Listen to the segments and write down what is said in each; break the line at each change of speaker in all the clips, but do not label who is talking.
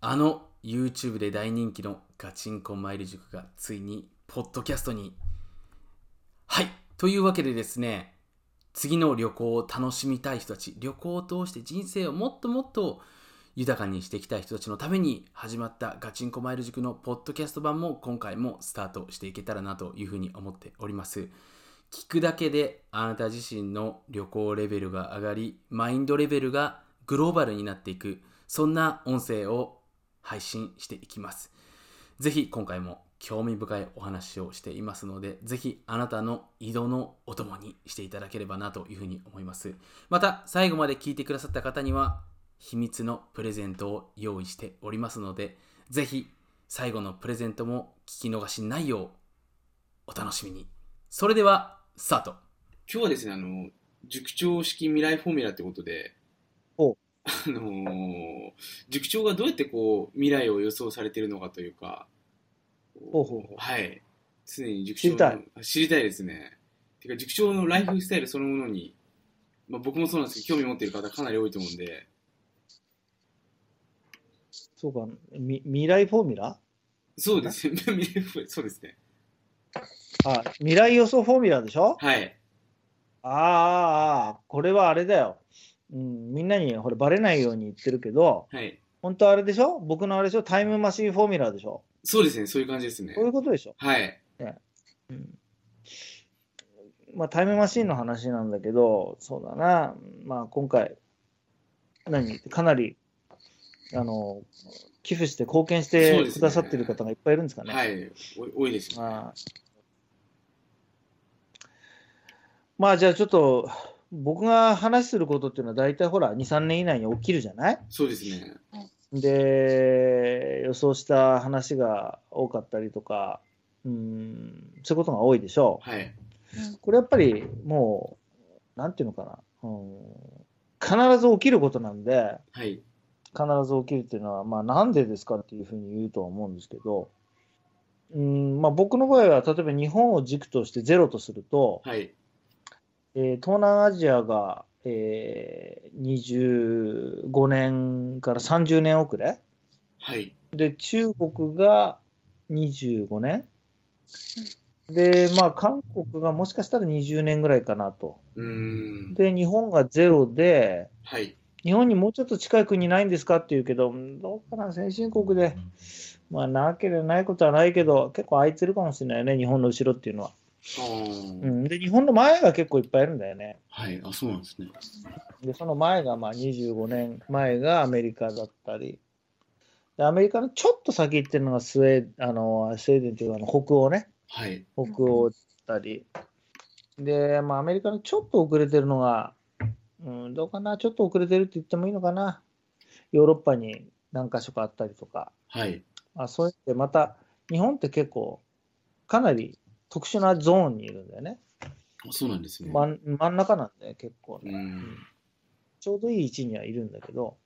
あの YouTube で大人気のガチンコマイル塾がついにポッドキャストに。はい。というわけでですね、次の旅行を楽しみたい人たち、旅行を通して人生をもっともっと豊かにしていきたい人たちのために始まったガチンコマイル塾のポッドキャスト版も今回もスタートしていけたらなというふうに思っております。聞くだけであなた自身の旅行レベルが上がり、マインドレベルがグローバルになっていく、そんな音声を配信していきます。ぜひ今回も興味深いお話をしていますので、ぜひあなたの移動のお供にしていただければなというふうに思います。また最後まで聞いてくださった方には秘密のプレゼントを用意しておりますので、ぜひ最後のプレゼントも聞き逃しないようお楽しみに。それでは、スタート。
今日はですね、あの、塾長式未来フォーミュラってことで、
お
あのー塾長がどうやってこう、未来を予想されてるのかというか、
ほうほうほう
はい。常に塾長
知りたい
の知りたいですね。てか、塾長のライフスタイルそのものに、まあ僕もそうなんですけど、興味持ってる方かなり多いと思うんで、
そうか、み未来フォーミュラ
そうですね。 未来フォーミュラそうですね。
あ、未来予想フォーミュラでしょ
はい。
あーあー、これはあれだよ。うん、みんなにほれバレないように言ってるけど、
はい。
本当はあれでしょ僕のあれでしょタイムマシンフォーミュラでしょ
そうですね。そういう感じですね
こ。ういうことでしょ、
はい。
うんまあ、タイムマシンの話なんだけど、そうだな、まあ、今回、何、かなり、あの、寄付して貢献し
そう
て
ですね
くださってる方がいっぱいいるんですかね。
はい。お多いですよね。
まあ、まあじゃあちょっと僕が話することっていうのは大体ほら23年以内に起きるじゃない
そうですね。
で予想した話が多かったりとかうんそういうことが多いでしょ
はい。
うこれやっぱりもうなんていうのかな、うん、必ず起きることなんで
はい。
必ず起きるっていうのは、まあ、なんでですかっていうふうに言うとは思うんですけど、うんまあ、僕の場合は、例えば日本を軸としてゼロとすると、
はい。
えー東南アジアが、えー25年から30年遅れ、
はい。
で、中国が25年、で、まあ、韓国がもしかしたら20年ぐらいかなと。
うーん。
で、日本がゼロで、
はい。
日本にもうちょっと近い国ないんですかって言うけど、うんどうかな、先進国で、まあ、なければないことはないけど、結構空いてるかもしれないよね、日本の後ろっていうのは。
あ
う
ー
ん、で、日本の前が結構いっぱいいるんだよね。
はい。あ、そうなんですね。
で、その前が、まあ、25年前がアメリカだったり、でアメリカのちょっと先行ってるのがスウェーあのスウェーデンっていうかあの、北欧ね、
はい。
北欧だったり、で、まあ、アメリカのちょっと遅れてるのが、うん、どうかな、ちょっと遅れてるって言ってもいいのかな、ヨーロッパに何か所かあったりとか、
はい。
まあ、そうやってまた、日本って結構、かなり特殊なゾーンにいるんだよね、
あそうなんですね。
真ん真ん中なんだよ、結構
う
ね、
ん。
ちょうどいい位置にはいるんだけど、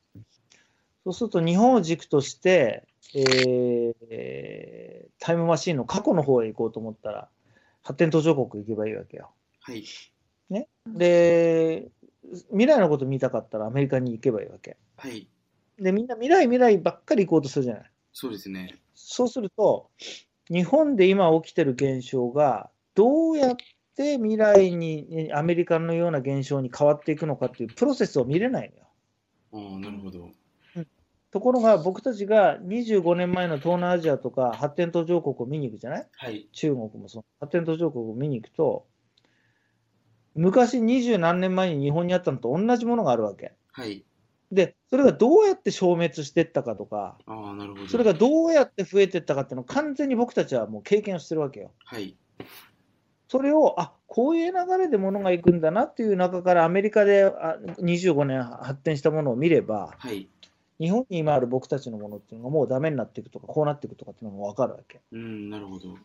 そうすると日本を軸として、えータイムマシーンの過去の方へ行こうと思ったら、発展途上国行けばいいわけよ。
はい。
で、未来のこと見たかったらアメリカに行けばいいわけ。
はい。
で、みんな未来未来ばっかり行こうとするじゃない。
そうですね。
そうすると、日本で今起きてる現象が、どうやって未来にアメリカのような現象に変わっていくのかっていうプロセスを見れないのよ。
ああ、なるほど。
ところが僕たちが25年前の東南アジアとか発展途上国を見に行くじゃない
はい。
中国もそう。発展途上国を見に行くと、昔二十何年前に日本にあったのと同じものがあるわけ。
はい。
で、それがどうやって消滅していったかとか、
ああ、なるほど。
それがどうやって増えていったかっていうのを完全に僕たちはもう経験をしてるわけよ。
はい。
それを、あこういう流れで物がいくんだなっていう中から、アメリカであ25年発展したものを見れば、
はい。
日本に今ある僕たちのものっていうのがもうダメになっていくとか、こうなっていくとかっていうのが分かるわけ。だか
うん、なるほど。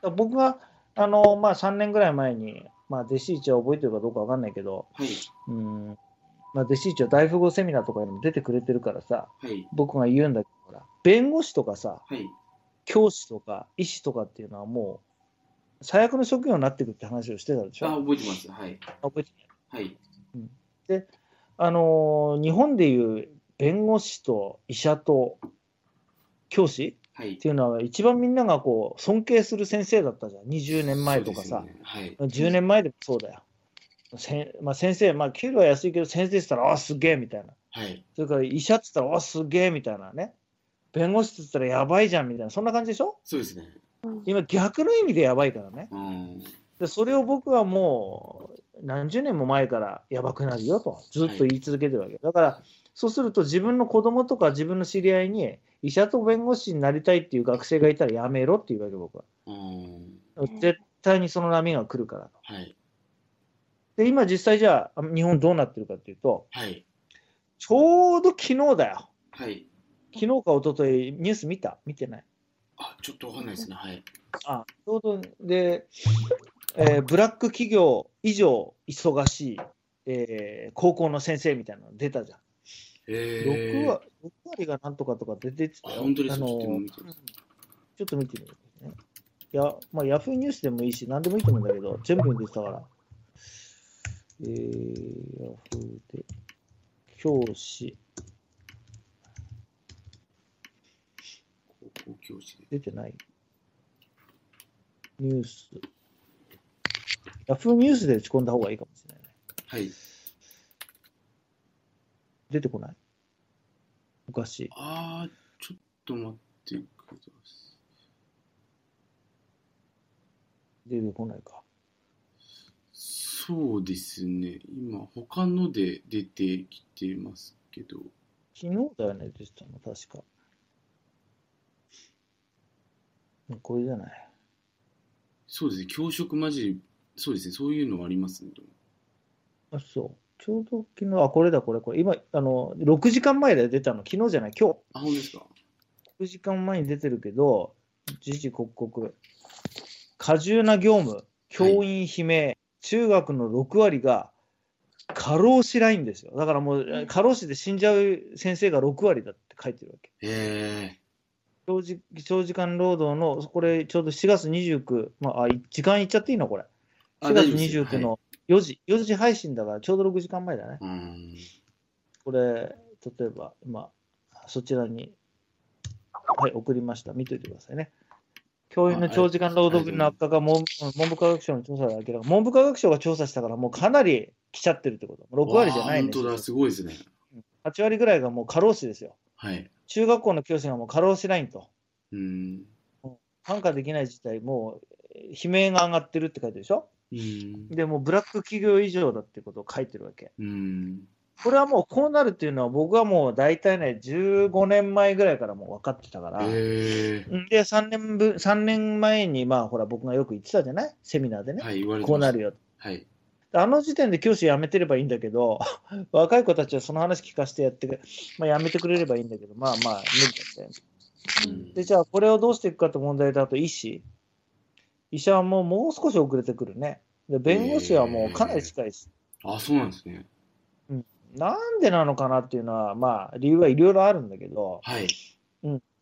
ら僕があの、まあ、3年ぐらい前に、まあ、弟子一は覚えてるかどうか分かんないけど、
はい。
うんまあ、弟子一は大富豪セミナーとかにも出てくれてるからさ、
はい。
僕が言うんだけどほら、弁護士とかさ、
はい。
教師とか医師とかっていうのはもう、最悪の職業になってくって話をしてたでし
ああ、
ょ。
覚えてます。はい。
覚えてない
はい。
あのー日本でいう弁護士と医者と教師
はい
っていうのは、一番みんながこう尊敬する先生だったじゃん、20年前とか
そ
さ
う、ですよねはい
10年前でもそうだよ。せんまあ、先生、まあ、給料は安いけど、先生って言ったら、あすげえみたいな。
はい
それから医者って言ったら、あすげえみたいなね。弁護士って言ったら、やばいじゃんみたいな、そんな感じでしょ
そうですね
今、逆の意味でやばいからね。
うん
でそれを僕はもう何十年も前からやばくなるよとずっと言い続けてるわけ、だからそうすると自分の子供とか自分の知り合いに医者と弁護士になりたいっていう学生がいたらやめろっていうわけ僕は
うん
うん
絶対にその波が来るから
はい
で今実際じゃあ日本どうなってるかっていうと
はい
ちょうど昨日だよ
はい
昨日か一昨日ニュース見た見てない
あちょっとわかんないですねはい
あちょうどで、えーブラック企業以上忙しい、えー高校の先生みたいなの出たじゃん
え
6
え
割 ,6 割がなんとかとか出てき
あ
たよ
本当です
あ
か
の
ちょっと今見てみます
ちょっと見てみる、ねやまあ、ヤフーニュースでもいいし、何でもいいと思うんだけど、全部に出てたから。えー、ヤフーで、教師、
高校教師で
出てないニュース。ヤフーニュースで打ち込んだ方がいいかもしれないね。
はい
出てこないおかしい。
あー、ちょっと待ってくださ
出てこないか。
い。そうですね。今、他ので出てきてますけど。
昨日だよね、出てたの、確か。うんこれじゃない。
そうですね。教職マジ、そうですね。そういうのはありますね。
あ、そう。ちょうど昨日、あ、これだ、これ、これ。今、あの、6時間前で出たの、昨日じゃない、今日。
あ、本当ですか
6時間前に出てるけど、時事刻々。過重な業務、教員悲鳴、中学の6割が過労死ラインですよ。だからもう、過労死で死んじゃう先生が6割だって書いてるわけ。
え
長時長時間労働の、これちょうど7月29、まあ、あい時間いっちゃっていいのこれ。
あ
4月
大丈夫ですよ
29の4時、4時配信だから、ちょうど6時間前だね
え。ー。うん。
これ、例えば、今、そちらに、はい、送りました。見といてくださいね。教員の長時間労働の悪化が文文部科学省の調査で明らか。文部科学省が調査したから、もうかなり来ちゃってるってこと。6割じゃない
わ
ね。
ー本当だ、すごいですね。
8割ぐらいがもう過労死ですよ。
はい。
中学校の教師がもう過労死ラインと。
うん。
参加できない事態、もうえー悲鳴が上がってるって書いてるでしょ
うん。
でもうブラック企業以上だってことを書いてるわけ。
うん。
これはもうこうなるっていうのは僕はもう大体ね、15年前ぐらいからもう分かってたから、
え
んで3年ぶ、三年前にまあほら僕がよく言ってたじゃないセミナーで
えー。
ね、
はい、言われて
こう
まし
な
た
るよ。
はい。
あの時点で教師辞めてればいいんだけど、 若い子たちはその話聞かせてやってくれ、まあ、辞めてくれればいいんだけど、まあまあ無理だったよね
うん
で、じゃあ、これをどうしていくかって問題だと、医師。医者はもうもう少し遅れてくるね。で、弁護士はもうかなり近いです。
あ、そうなんですね。
なんでなのかなっていうのは、まあ、理由はいろいろあるんだけど、
はい。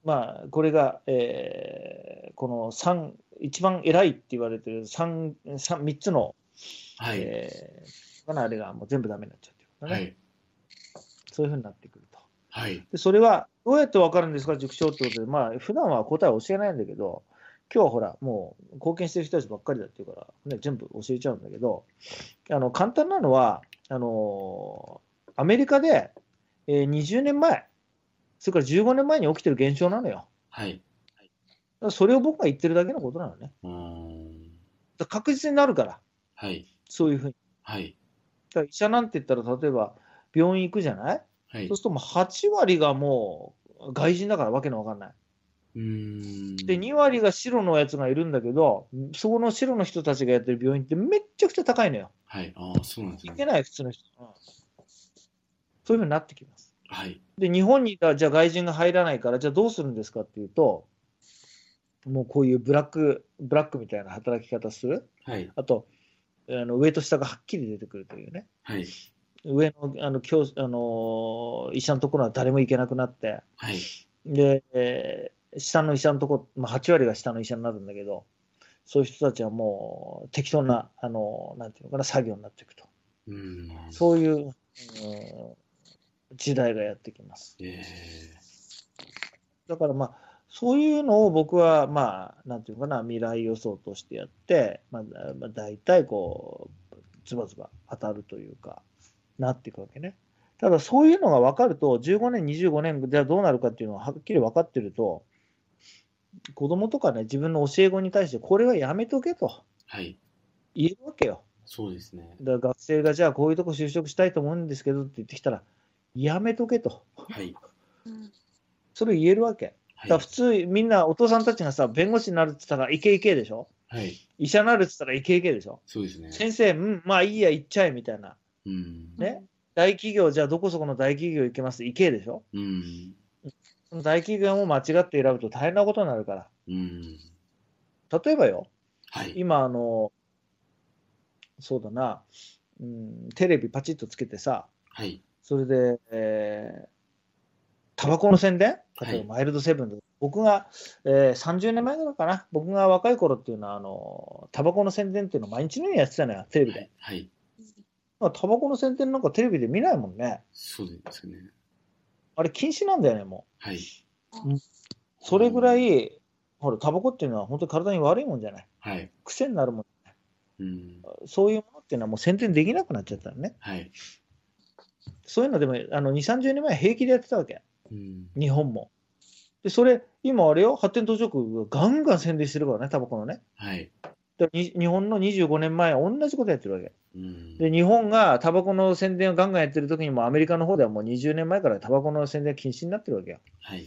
まあ、これが、えーこの三一番偉いって言われてる三三三つの、
はい。
えーかなあれがもう全部ダメになっちゃうってことね、
はい。
そういうふうになってくると。
はい。
で、それはどうやってわかるんですか、塾長ってことで、まあ、普段は答え教えないんだけど、今日はほら、もう貢献してる人たちばっかりだっていうから、ね、全部教えちゃうんだけど、あの簡単なのは、あのーアメリカで、えー20年前、それから15年前に起きてる現象なのよ。だか
はい。
らそれを僕が言ってるだけのことなのね。
うん。
だから確実になるから、
はい。
そういうふうに。
はい。
だから医者なんて言ったら、例えば病院行くじゃない
はい
そう。するともう8割がもう外人だからわけのわかんない。
うーん。
で、2割が白のやつがいるんだけど、そこの白の人たちがやってる病院ってめっちゃくちゃ高いのよ。
はい。ああ、そうなんです
行
ね。
けない、普通の人。うんそういうふうになってきます。
はい。
で、日本にいたじゃあ外人が入らないから、じゃあどうするんですかっていうと、もうこういうブラック、ブラックみたいな働き方する。
はい。
あと、あの上と下がはっきり出てくるというね。
はい。
上のあの教あの医者のところは誰も行けなくなって、
はい。
で、えー下の医者のとこ、まあ、8割が下の医者になるんだけど、そういう人たちはもう適当な、あの、なんていうのかな、作業になっていくと。
うーん。
そういう、うん時代がやってきます。
ええ
だからまあ、そういうのを僕は、まあ、なんていうかな、未来予想としてやって、まあ、だまあ、大体こう、ズバズバ当たるというか、なっていくわけね。ただ、そういうのが分かると、15年、25年、じゃあどうなるかっていうのははっきり分かってると、子供とかね、自分の教え子に対して、これはやめとけと
はい。
言えるわけよ。
そうですね。
だから学生が、じゃあこういうとこ就職したいと思うんですけどって言ってきたら、やめとけと。
はい。
うん
それを言えるわけ。だから
はい
普。通、みんなお父さんたちがさ、弁護士になるって言ったら、イケイケでしょ
はい。
医者になるって言ったら、イケイケでしょ
そうですね。
先生、うん、まあいいや、行っちゃえみたいな。
うん。
ね大企業、じゃあどこそこの大企業行きます、行けでしょ
うん。
その大企業も間違って選ぶと大変なことになるから。
うん。
例えばよ、
はい。
今、あの、そうだな、うん、テレビパチッとつけてさ、
はい。
それで、えータバコの宣伝例えばマイルドセブンで、僕が、えー30年前ぐらいかな、僕が若い頃っていうのは、あの、タバコの宣伝っていうのを毎日のようにやってたのよ、テレビで。
はい。
まあタバコの宣伝なんかテレビで見ないもんね。
そうですね。
あれ禁止なんだよね、も
はい。
う。それぐらい、ほら、タバコっていうのは本当に体に悪いもんじゃない。
はい。
癖になるもん。
うん。
そういうものっていうのはもう宣伝できなくなっちゃったのね。
はい。
そういうのでも、あの、2、30年前は平気でやってたわけ。
うん。
日本も。で、それ、今あれよ、発展途上国がガンガン宣伝してるからね、タバコのね。
はい。
だからに日本の25年前、同じことやってるわけ。
うん。
で、日本がタバコの宣伝をガンガンやってる時にも、アメリカの方ではもう20年前からタバコの宣伝禁止になってるわけよ。
はい。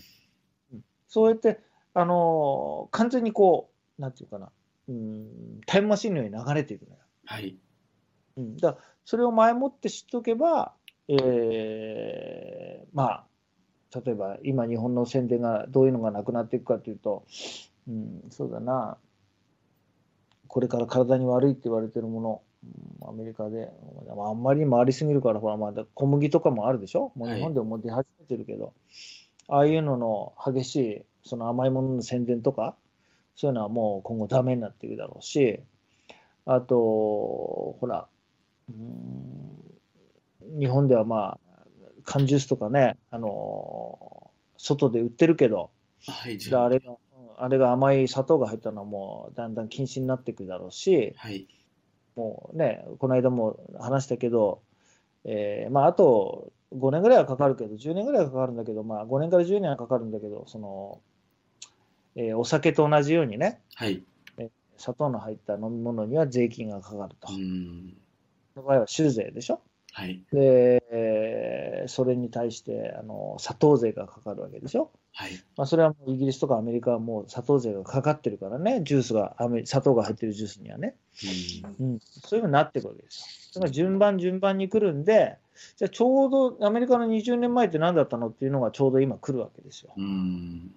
そうやって、あのー完全にこう、なんていうかな、うん、タイムマシンのように流れていくのよ。
はい。
うん、だからそれを前もって知っておけば、えーまあ、例えば今、日本の宣伝がどういうのがなくなっていくかというと、うん、そうだな、これから体に悪いって言われてるもの、うんアメリカで、まああんまりにもありすぎるから、ほら、まだ小麦とかもあるでしょ、もう
はい
日本でももう出始めてるけど、ああいうのの激しい、その甘いものの宣伝とか、そういうのはもう今後、ダメになっていくだろうし、あと、ほら、うーん日本ではまあ、缶ジュースとかね、あのー外で売ってるけど、
はい。じ
じゃああれが、うんあれが甘い砂糖が入ったのはもうだんだん禁止になっていくだろうし、
はい。
もうね、この間も話したけど、えーまあ、あと5年ぐらいはかかるけど、10年ぐらいはかかるんだけど、まあ、5年から10年はかかるんだけど、その、えーお酒と同じようにね、
はい。
砂糖の入った飲み物には税金がかかると。
うん。
その場合は酒税でしょ。
はい。
で、えーそれに対してあの砂糖税がかかるわけでしょ。
はい。
まあ、それはもうイギリスとかアメリカはもう砂糖税がかかってるからね、ジュースが、アメ砂糖が入ってるジュースにはね、
うん。
うん、そういうふうになっていくわけですよ。だから順番順番に来るんで、じゃあちょうどアメリカの20年前って何だったのっていうのがちょうど今来るわけですよ。
うん。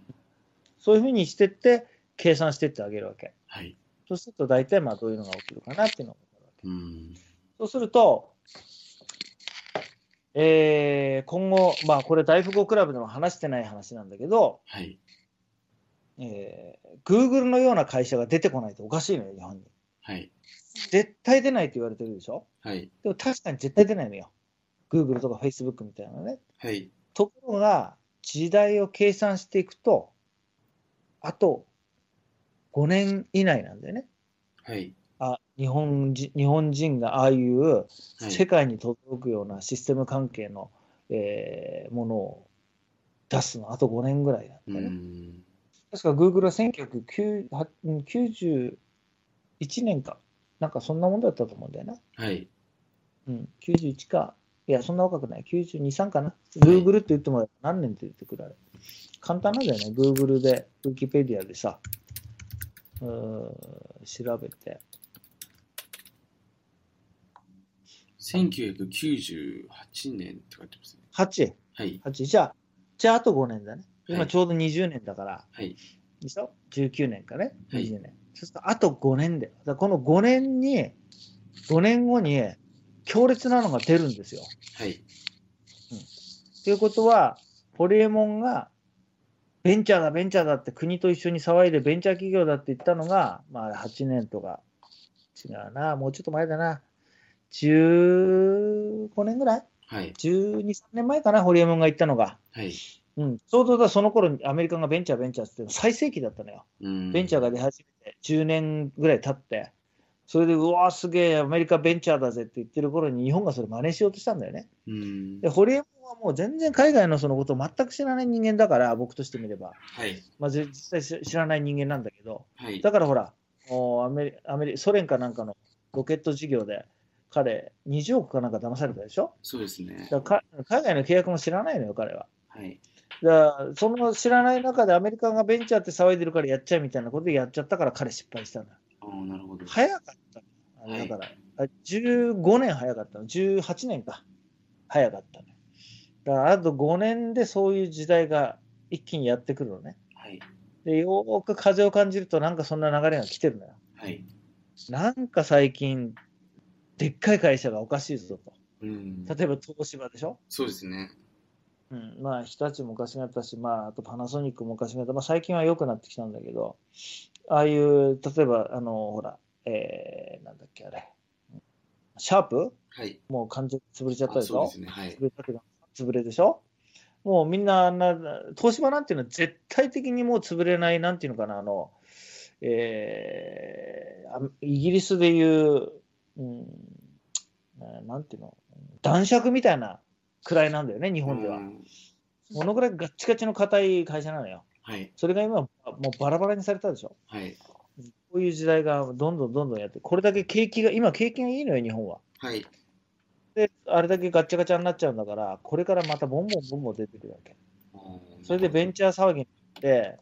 そういうふうにしてって、計算してってあげるわけ。
はい。
そうすると大体まあどういうのが起きるかなっていうのが分かるわけ。
うん。
そうすると、えー今後、まあ、これ大富豪クラブでも話してない話なんだけど、
はい。
えー、Google のような会社が出てこないとおかしいのよ、日本に。
はい。
絶対出ないって言われてるでしょ
はい。
でも確かに絶対出ないのよ。Google とか Facebook みたいなね。
はい。
ところが、時代を計算していくと、あと5年以内なんだよね。
はい。
あ日本人日本人がああいう
はい
世界に届くようなシステム関係の、えーものを出すのあと5年ぐらいだった
う
ね。
ん。
確か Google は1991年か、なんかそんなもんだったと思うんだよな。
はい。
うん、91か、いや、そんな若くない、92、3かな。Google って言っても何年って言ってくるあれ。簡単なんだよね、Google で、Wikipedia でさ、うー調べて。
1998年って書いてますね。
8。
はい。
8じゃあ、じゃああと5年だね。
は
今
い
ちょうど20年だから、
はい。
でしょ ?19 年かね、
はい
20年。そうするとあと5年だよ。だからこの5年に、5年後に強烈なのが出るんですよ。
はい。
ということは、ホリエモンがベンチャーだ、ベンチャーだって国と一緒に騒いでベンチャー企業だって言ったのが、まあ、あれ8年とか、違うな、もうちょっと前だな、15年ぐらい
はい。
?12、3年前かな、ホリエモンが言ったのが。
はい。
うん、ちょうどだその頃にアメリカがベンチャーベンチャーっていうの最盛期だったのよ。
うん
ベンチャーが出始めて10年ぐらい経って、それでうわーすげえアメリカベンチャーだぜって言ってる頃に日本がそれ真似しようとしたんだよね。
うん
で、堀江門はもう全然海外のそのことを全く知らない人間だから、僕としてみれば。
はい。
まあ、ぜ実際し知らない人間なんだけど、
はい。
だからほら、もうアメリアメリソ連かなんかのロケット事業で彼20億かなんか騙されたでしょ
そうですね。
だからか海外の契約も知らないのよ、彼は。
はい。
だからその知らない中でアメリカがベンチャーって騒いでるからやっちゃえみたいなことでやっちゃったから彼失敗したんだ。
ああ、なるほど。
早かった。あ
は
の
い
だから、あ15年早かったの。18年か。早かったの。だからあと5年でそういう時代が一気にやってくるのね。
はい。
で、よーく風を感じるとなんかそんな流れが来てるのよ。
はい。
なんか最近、でっかい会社がおかしいぞと。
うん。
例えば東芝でしょ
そうですね。
うん、まあ日立も昔がやったし、まあ、あとパナソニックも昔がやった、まあ、最近は良くなってきたんだけど、ああいう、例えば、あの、ほら、えー、なんだっけ、あれ、シャープ
はい。
もう完全に潰れちゃった
あ
でし
そう
ょ
ですね。はい
潰。れたけど、潰れでしょもうみんな、あんな、東芝なんていうのは絶対的にもう潰れない、なんていうのかな、あの、えー、あイギリスでいう、うん、えーなんていうの、男爵みたいなくらいなんだよね、日本では
う。ん
ものぐらいガッチガチの硬い会社なのよ。
はい。
それが今、もうバラバラにされたでしょ。
はい。
こういう時代がどんどんどんどんやって、これだけ景気が、今、景気がいいのよ、日本は。
はい。
で、あれだけガッチャガチャになっちゃうんだから、これからまたボンボンボンボン出てくるわけ。それでベン
チ
チャー騒ぎになって、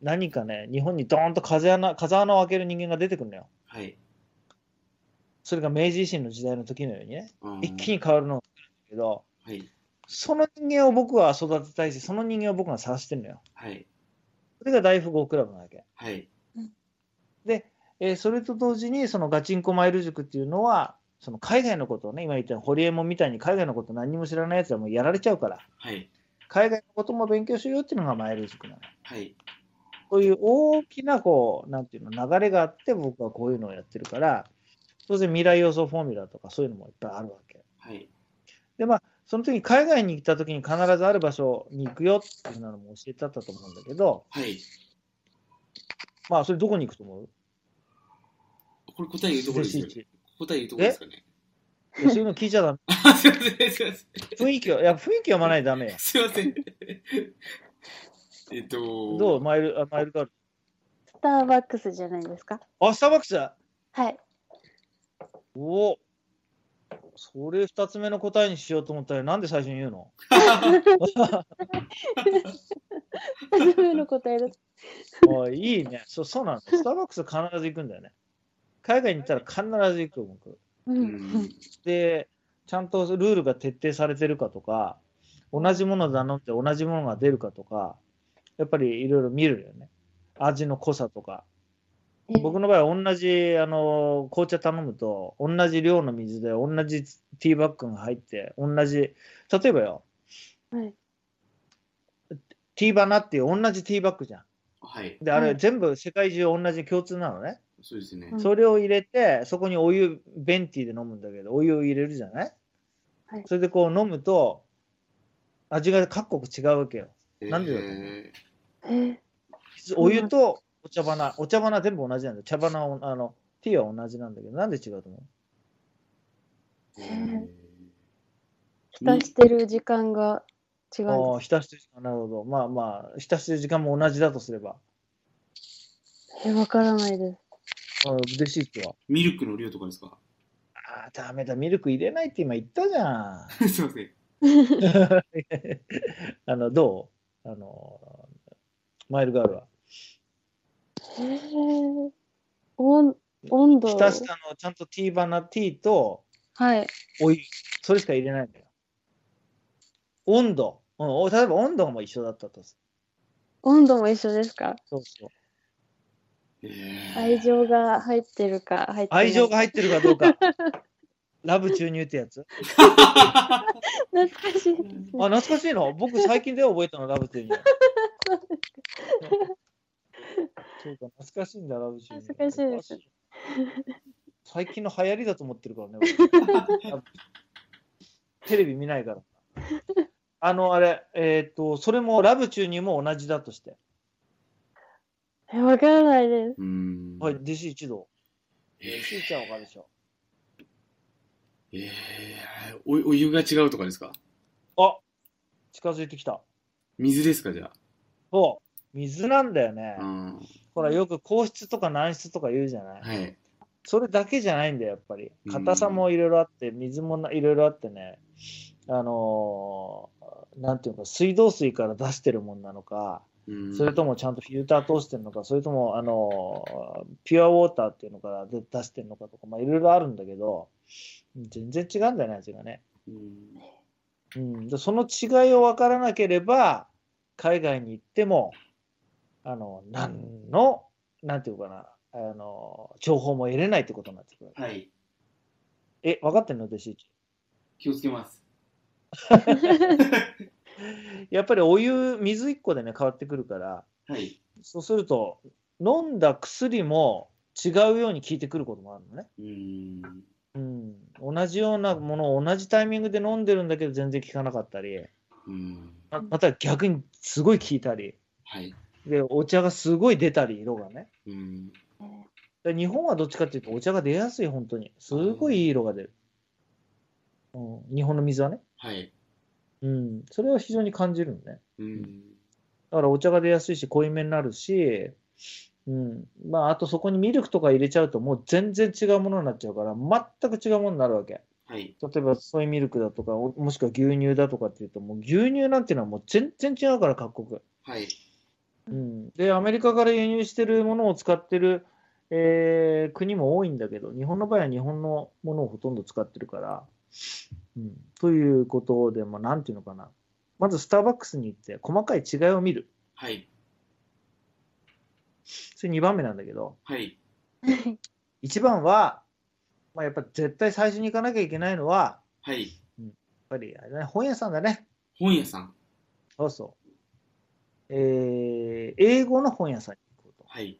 何かね、日本にドーンと風穴風穴を開ける人間が出てくるのよ。
はい。
それが明治維新の時代の時のようにね、
うん
一気に変わるのが来るんだけど、
はい。
その人間を僕は育てたいし、その人間を僕が探してるのよ。
はい。
それが大富豪クラブなわけ。
はい。
で、えーそれと同時に、そのガチンコマイル塾っていうのは、その海外のことをね、今言ったようにホリエモンみたいに海外のこと何にも知らないやつはもうやられちゃうから、
はい。
海外のことも勉強しようっていうのがマイル塾なの。
はい。
こういう大きな、こう、なんていうの、流れがあって、僕はこういうのをやってるから、当然未来予想フォーミュラとかそういうのもいっぱいあるわけ。
はい。
で、まあ、その時に海外に行った時に必ずある場所に行くよっていうふうなのも教えてあったと思うんだけど、
はい。
まあ、それどこに行くと思う
これ答え言うところですよ
弟子
ね
一。
答え言うところですかね。
いやそういうの聞いちゃダメ。
あ、すいません。すいません。
雰囲気を、いや、雰囲気読まないとダメよ。
すいません。えっと、
どうマイル、あマイルカール。
スターバックスじゃないですか
あ、スターバックスだ
はい。
おおそれ二つ目の答えにしようと思ったら、なんで最初に言う の
初めの答えだった。
あいいね。そう、そうなんだ。スターバックス必ず行くんだよね。海外に行ったら必ず行く、僕。
う。
うんん
で、ちゃんとルールが徹底されてるかとか、同じもの頼んで同じものが出るかとか、やっぱりいろいろ見るよね。味の濃さとか。僕の場合は同じあの紅茶頼むと同じ量の水で同じティーバッグが入って同じ例えばよ
はい。
ティーバナっていう同じティーバッグじゃん
はい。
であ
は
れ
い
全部世界中同じ共通なのね、
そうですね
う。ん
それを入れてそこにお湯ベンティーで飲むんだけどお湯を入れるじゃない、
はい
それでこう飲むと味が各国違うわけよなんでだと思う
え
えー
お湯とお茶花お茶花全部同じなんだよ茶花はあのティーは同じなんだけどなんで違うと思う
ーえ
蓋してる時間が違
あ
う
あ、浸してる時間、なるほど。まあまあ、浸してる時間も同じだとすれば。
えーわからないです。
うん、嬉しい人は。
ミルクの量とかですか
ああ、ダメだ、ミルク入れないって今言ったじゃん。
すいません。
あの、どうあの、マイルガールは。
えー、温温度
浸したの、ちゃんとティーバナ、ティーと
はい。
お湯、それしか入れないんだよ。温度。うん、お例えば温度も一緒だったとす
温度も一緒ですか
そうそう。
えー
愛情が入ってるか入ってない
愛情が入ってるかどう か。ラブ注入ってやつ。
懐かしいです
あ、
ね。
懐かしい の僕最近で覚えたの、ラブチューニング。そうか、懐かしいんだ、ラブチューニング。
懐かしいです
最近の流行りだと思ってるからね。僕テレビ見ないから。あの、あれ、えっ、と、それもラブ中にも同じだとして。
え、わからないです。
うん。
はい、弟子一同。弟
え
子一はわかるでしょ。
ー、えーお、お湯が違うとかですか
あ近づいてきた。
水ですか、じゃ
そう。水なんだよね
あ。。うん。
ほら、よく硬質とか軟質とか言うじゃない。
はい。
それだけじゃないんだよ、やっぱり。
うん
硬さもいろいろあって、水もないろいろあってね、あのーなんていうのか、水道水から出してるもんなのか、
うん
それともちゃんとフィルター通してるのか、それとも、あのーピュアウォーターっていうのから出出してるのかとか、まあ、いろいろあるんだけど、全然違うんだよね、味がね。
うん
うん、でその違いを分からなければ、海外に行っても、あの、何の、なんていうかな、あの、情報も得れないってことになってくる。
はい。
え、分かってんの弟子一
気をつけます。
やっぱりお湯、水1個でね、変わってくるから、
はい。
そうすると、飲んだ薬も違うように効いてくることもあるのね。
うん。
うん、同じようなものを同じタイミングで飲んでるんだけど全然効かなかったり
うん。
ままた逆にすごい効いたり
はい。
でお茶がすごい出たり色がね
うん。
で日本はどっちかっていうとお茶が出やすい本当にすごいいい色が出る、うん、日本の水はね、
はい。
うん、それは非常に感じるのね
うん。
だからお茶が出やすいし濃いめになるし、うんまあ、あとそこにミルクとか入れちゃうともう全然違うものになっちゃうから全く違うものになるわけ
はい。
例えばソイミルクだとか、おもしくは牛乳だとかっていうと、もう牛乳なんていうのはもう全然違うから、各国。
はい。
うん、で、アメリカから輸入してるものを使ってる、えー国も多いんだけど、日本の場合は日本のものをほとんど使ってるから。うん、ということで、まあ、なんていうのかな。まずスターバックスに行って、細かい違いを見る。
はい。
それ2番目なんだけど、
はい。
1番は、まあ、やっぱ絶対最初に行かなきゃいけないのは、
はい。
やっぱりあれだね本屋さんだね。
本屋さん。
そうそう。えー英語の本屋さんに行くこ
はい。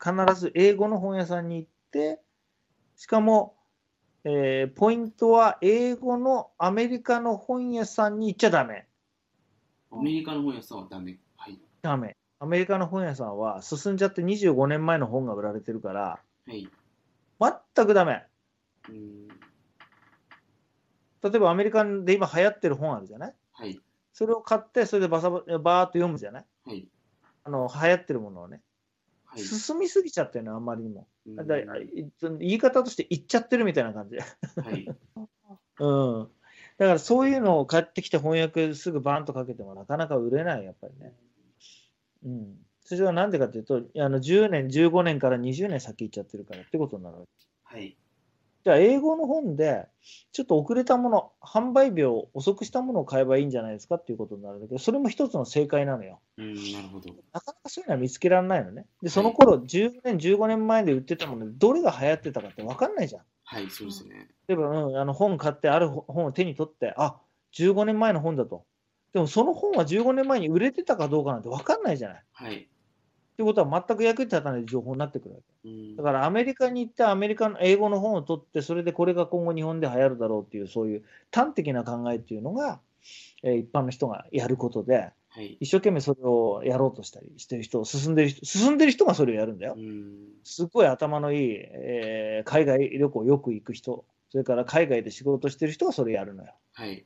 と。必ず英語の本屋さんに行って、しかも、えーポイントは英語のアメリカの本屋さんに行っちゃダメ。
アメリカの本屋さんはダメ。はい。
ダメ。アメリカの本屋さんは進んじゃって25年前の本が売られてるから、
はい。
全くダメ。
うん。
例えばアメリカで今流行ってる本あるじゃない
はい。
それを買って、それでバサババーッと読むじゃない
はい。
あの流行ってるものをね。
はい。
進みすぎちゃってるの、あんまりにも。
うん
だ い言い方として言っちゃってるみたいな感じ。
はい。
うん。だからそういうのを買ってきて翻訳すぐバーンとかけてもなかなか売れない、やっぱりね。うん。それはなんでかっていうと、あの10年、15年から20年先行っちゃってるからってことになるわけ。
はい。
じゃあ英語の本で、ちょっと遅れたもの、販売日を遅くしたものを買えばいいんじゃないですかっていうことになるんだけど、それも一つの正解なのよ。
うん。なるほど。
なかなかそういうのは見つけられないのね。で、その頃、10年、15年前で売ってたもので、どれが流行ってたかって分かんないじゃん。
はい。そうですね。
例えば、うん、あの本買って、ある本を手に取って、あ15年前の本だと。でも、その本は15年前に売れてたかどうかなんて分かんないじゃない。っ
はい。
てことは、全く役に立たない情報になってくるわ
う
け。
ん
だ。から、アメリカに行って、アメリカの英語の本を取って、それでこれが今後、日本で流行るだろうっていう、そういう端的な考えっていうのが、えー一般の人がやることで、
はい。
一生懸命それをやろうとしたりしてる人、進んでる人、進んでる人がそれをやるんだよ
う。ん。
すごい頭のいい、えー海外旅行よく行く人、それから海外で仕事してる人がそれやるのよ。
はい。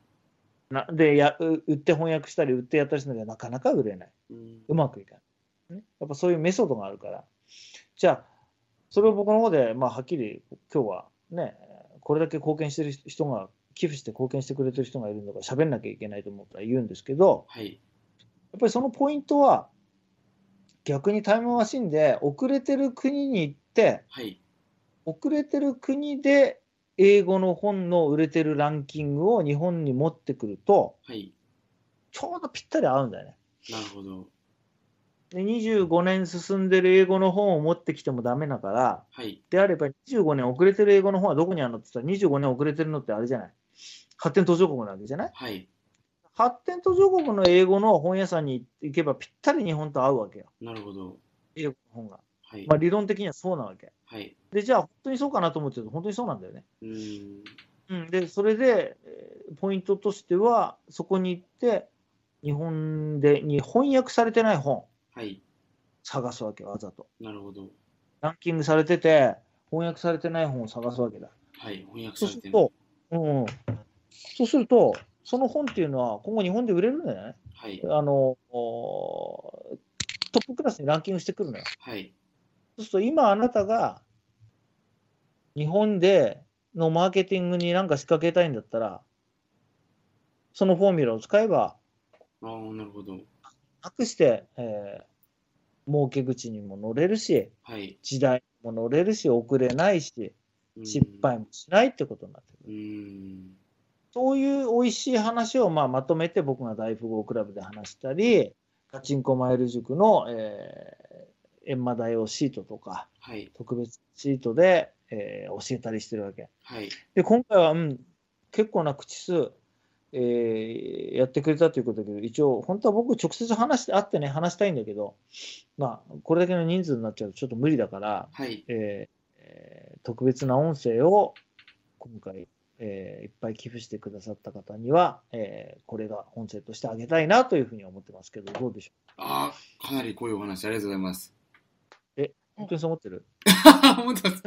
なでや、う売って翻訳したり、売ってやったりするんだけど、なかなか売れない。
うん。
うまくいかない。ね、やっぱそういうメソッドがあるから。じゃあ、それを僕の方で、まあ、はっきり今日はね、これだけ貢献してる人が、寄付して貢献してくれてる人がいるんだから、喋んなきゃいけないと思ったら言うんですけど、
はい。
やっぱりそのポイントは、逆にタイムマシンで遅れてる国に行って、
はい。
遅れてる国で英語の本の売れてるランキングを日本に持ってくると、
はい。
ちょうどぴったり合うんだよね。
なるほど。
で25年進んでる英語の本を持ってきてもダメだから、
はい。
であれば25年遅れてる英語の本はどこにあるのって言ったら25年遅れてるのってあれじゃない発展途上国なわけじゃない
はい。
発展途上国の英語の本屋さんに行けばぴったり日本と合うわけよ。
なるほど。
英語の本が。
はい
ま。あ理論的にはそうなわけ。
はい。
で、じゃあ本当にそうかなと思ってると本当にそうなんだよね。
うん。
うん、で、それで、えーポイントとしては、そこに行って、日本で、に翻訳されてない本
はい。
探すわけ、わざと。
なるほど。
ランキングされてて、翻訳されてない本を探すわけだ。
はい。翻訳
そう
され
す
て
る
る。
と、うんうん、そうすると、その本っていうのは、今後日本で売れるんじゃない
はい。
あの、おートップクラスにランキングしてくるのよ。
はい。
そうすると今あなたが日本でのマーケティングに何か仕掛けたいんだったら、そのフォーミュラを使えば、
ああ、なるほど。
なくして、えー儲け口にも乗れるし、
はい。
時代にも乗れるし、遅れないし、
うん
失敗。もしないってことになってくる。
うーん。
そういう美味しい話をまあまとめて僕が大富豪クラブで話したり、ガチンコマイル塾の、えー、エンマ大王シートとか、
はい。
特別シートで、えー教えたりしてるわけ。
はい。
で、今回は、うん、結構な口数、えーやってくれたということだけど、一応、本当は僕、直接話して、会ってね、話したいんだけど、まあ、これだけの人数になっちゃうとちょっと無理だから、
はい。
えーえー特別な音声を今回、えーいっぱい寄付してくださった方には、えーこれが音声としてあげたいなというふうに思ってますけど、どうでしょ
ああ、かなり濃いお話、ありがとうござい ます。
う本当にそう思ってる
思ってます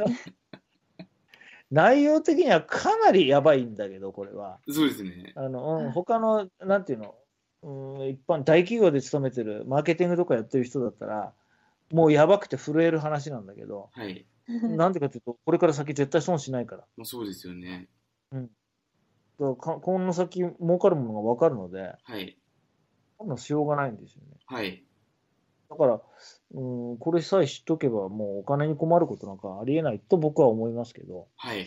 内容的にはかなりやばいんだけど、これは。
そうですね。
あの、う、
うんん
他の、なんていうの、うん、一般、大企業で勤めてる、マーケティングとかやってる人だったら、もうやばくて震える話なんだけど、
はい。
なんでかというと、これから先絶対損しないから。
まあ、そうですよね。
だからかこの先儲かるものが分かるので、
はい。
そんなのしようがないんですよね。
はい。
だから、うん、これさえ知っとけば、もうお金に困ることなんかありえないと僕は思いますけど、
はい。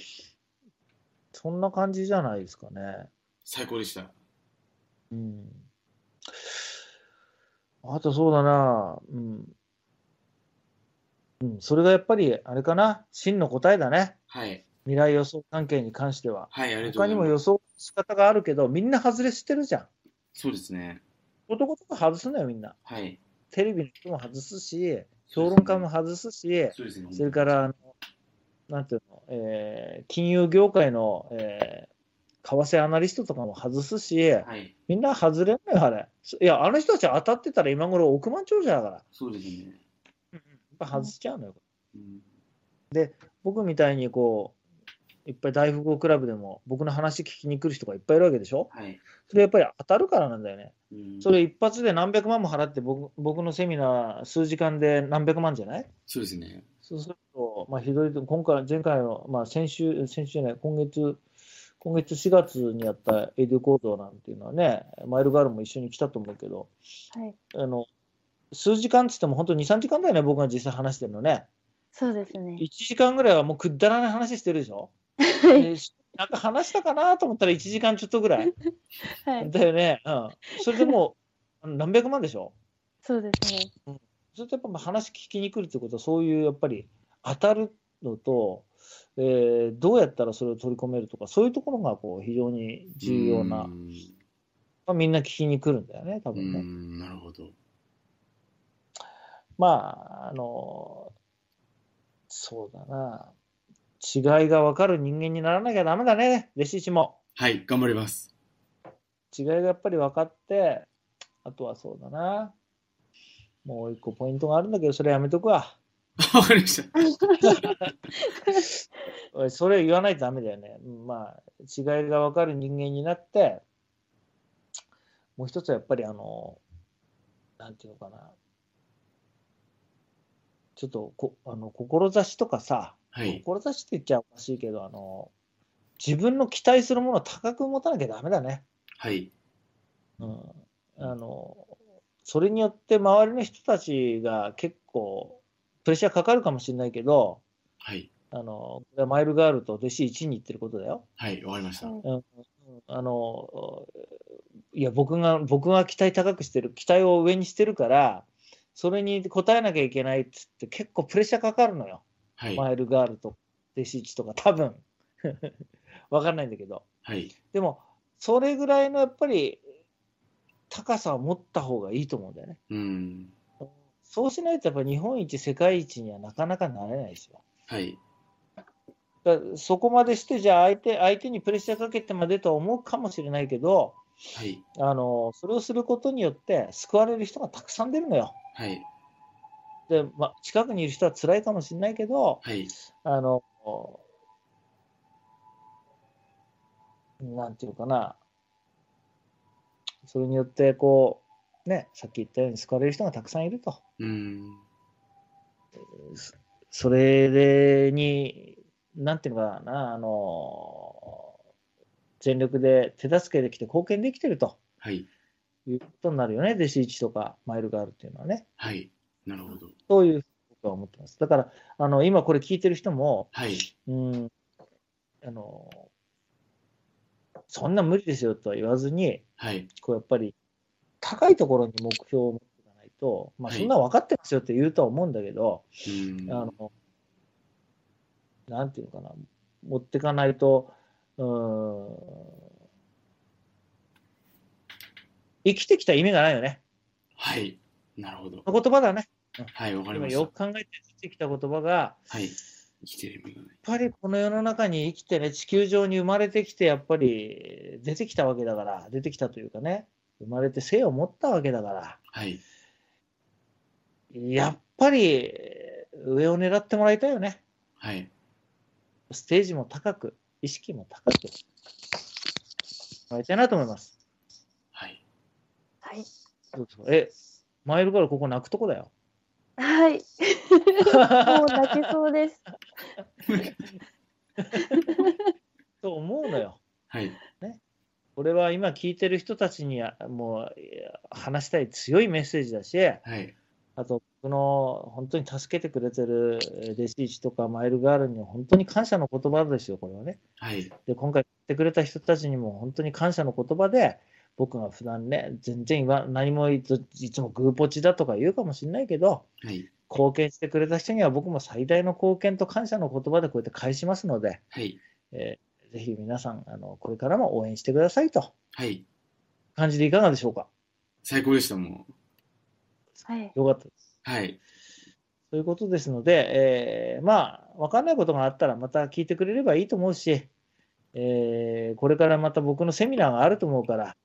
そんな感じじゃないですかね。
最高でした。
うん。あとそうだな、うん。うん、それがやっぱり、あれかな、真の答えだね。
はい。
未来予想関係に関しては。
はい、ありがとうご
他に
ざいま
も
す。
予想の仕方があるけど、みんな外れしてるじゃん。
そうですね。
男とか外すのよ、みんな。
はい。
テレビの人も外すし、評論家も外すし、
そうですね。
それから、あのなんていうの、えー金融業界の、えー為替アナリストとかも外すし、
はい。
みんな外れないよ、あれ。そいや、あの人たち当たってたら今頃億万長者だから。や
そうですね。
っぱ外しちゃうのよ。
うん
僕みたいにこう、いっぱい大富豪クラブでも僕の話聞きに来る人がいっぱいいるわけでしょ
はい。
それやっぱり当たるからなんだよね。
うん
それ一発で何百万も払って僕僕のセミナー数時間で何百万じゃない
そうですね。
そうすると、まあ、ひどいと、今回、前回の、まあ、先週、先週じゃない、今月、今月4月にやったエデュ行動なんていうのはね、マイルガールも一緒に来たと思うけど、
はい。
あの、数時間っつっても本当2、3時間だよね、僕が実際話してるのね。
そうですね。
1時間ぐらいはもうくだらない話してるでしょ
い
でなんか話したかなと思ったら1時間ちょっとぐらい。
はい。
だよね。うん。それでもう何百万でしょ
そうですね。
それとやっぱまあ話聞きに来るってことは、そういうやっぱり当たるのと、えーどうやったらそれを取り込めるとか、そういうところがこう非常に重要な、
う
ま
ん
あ、みんな聞きに来るんだよね、多
う
分ね。
ん、なるほど。
まあ、あの、そうだな、違いが分かる人間にならなきゃダメだね、弟子一も。
はい、頑張ります。
違いがやっぱり分かって、あとはそうだな、もう一個ポイントがあるんだけど、それやめとくわ。
わかりました。
おいそれ言わないとダメだよね。うんまあ、違いが分かる人間になって、もう一つはやっぱりあの、なんていうのかな。ちょっとこ、あの、志とかさ、
はい。
志って言っちゃおかしいけど、あの、自分の期待するものを高く持たなきゃダメだね。
はい。
うん。あの、それによって周りの人たちが結構プレッシャーかかるかもしれないけど、
はい。
あの、これはマイルガールと弟子1に行ってることだよ。
はい、わかりました。
あの、いや、僕が、僕が期待高くしてる、期待を上にしてるから、それに応えなきゃいけないっつって結構プレッシャーかかるのよ。
はい。
マイルガールと弟子1とか多分。 わかんないんだけど。
はい。
でも、それぐらいのやっぱり高さを持った方がいいと思うんだよね。
うん。
そうしないとやっぱ日本一、世界一にはなかなかなれないですよ。
はい。
だからそこまでして、じゃあ相手、相手にプレッシャーかけてまでとは思うかもしれないけど、
はい。
あの、それをすることによって救われる人がたくさん出るのよ。
はい。
で、まあ、近くにいる人は辛いかもしれないけど、
はい。
あの、なんていうかな、それによって、こう、ね、さっき言ったように救われる人がたくさんいると。
うーん。
そそれに、なんていうのかな、あの、全力で手助けできて貢献できてると
はい。
いうことになるよね、弟子一とかマイルがあるっていうのはね。
はい。なるほど。
そういうことは思ってます。だから、あの、今これ聞いてる人も、
はい。
うん、あの、そんな無理ですよとは言わずに、
はい。
こうやっぱり高いところに目標を持っていかないと、まあ
はい
そんな分かってますよって言うとは思うんだけど、
うーん。
あの、なんていうのかな、持っていかないと、うーん、生きてきた意味がないよね。
はい。なるほど。
この言葉だね。
はい。わかり
今
まし
よく考えて生きてきた言葉が、
た。はい。生きてる意味がない。
やっぱりこの世の中に生きてね、地球上に生まれてきて、やっぱり出てきたわけだから、出てきたというかね、生まれて生を持ったわけだから、
はい。
やっぱりえー上を狙ってもらいたいよね。
はい。
ステージも高く、意識も高く、もらいたいなと思います。
はい。
はい。
そうそうえ、マイルからここ泣くとこだよ。
はい。もう泣けそうです。
と思うのよ。
はい。
これは今聞いてる人たちにあもういや話したい強いメッセージだし、
はい。
あと、僕の本当に助けてくれてるえー弟子一とかマイルガールには本当に感謝の言葉ですよ、これはね。
はい。
で、今回来てくれた人たちにも本当に感謝の言葉で、僕が普段ね、全然今何もいついつもグーポチだとか言うかもしれないけど、
はい。
貢献してくれた人には僕も最大の貢献と感謝の言葉でこうやって返しますので、
はい。
えーぜひ皆さんあの、これからも応援してくださいと
はい。
感じでいかがでしょうか。
最高でした、もう。
はい。
よかったです。
はい。
ということですので、えーまあ、わかんないことがあったら、また聞いてくれればいいと思うし、えーこれからまた僕のセミナーがあると思うから、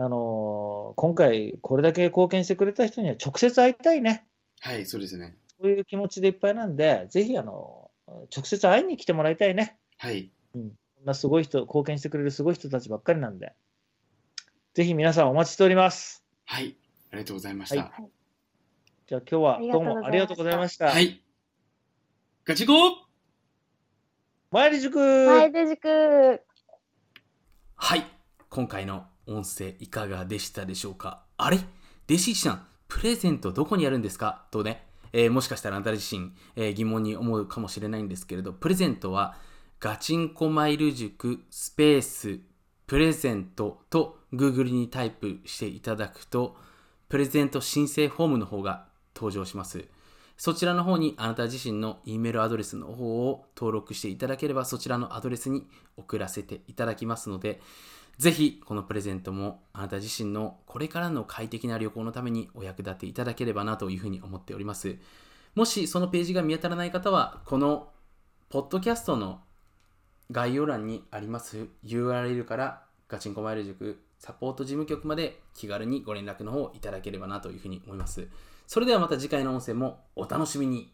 あのー今回、これだけ貢献してくれた人には直接会いたいね。
はい。そうですね。
そういう気持ちでいっぱいなんで、ぜひ、あの直接会いに来てもらいたいね。
はい。
こんなすごい人、貢献してくれるすごい人たちばっかりなんで、ぜひ皆さんお待ちしております。
はい。ありがとうございました。
じゃあ今日はどうもあ
あ
り
り
が
が
と
と
うござ
うござ
い
い
ま
ま
した。
はい。ガチゴー
参り塾
はい、デジ君。
はい、今回の音声いかがでしたでしょうかあれ弟子一さん、プレゼントどこにあるんですかとね、えーもしかしたらあなた自身、えー疑問に思うかもしれないんですけれど、プレゼントはガチンコマイル塾スペースプレゼントと Google にタイプしていただくと、プレゼント申請フォームの方が登場します。そちらの方にあなた自身の E メールアドレスの方を登録していただければそちらのアドレスに送らせていただきますので、ぜひこのプレゼントもあなた自身のこれからの快適な旅行のためにお役立ていただければなというふうに思っております。もしそのページが見当たらない方は、このポッドキャストの概要欄にあります URL からガチンコマイル塾サポート事務局まで気軽にご連絡の方をいただければなというふうに思います。それではまた次回の音声もお楽しみに。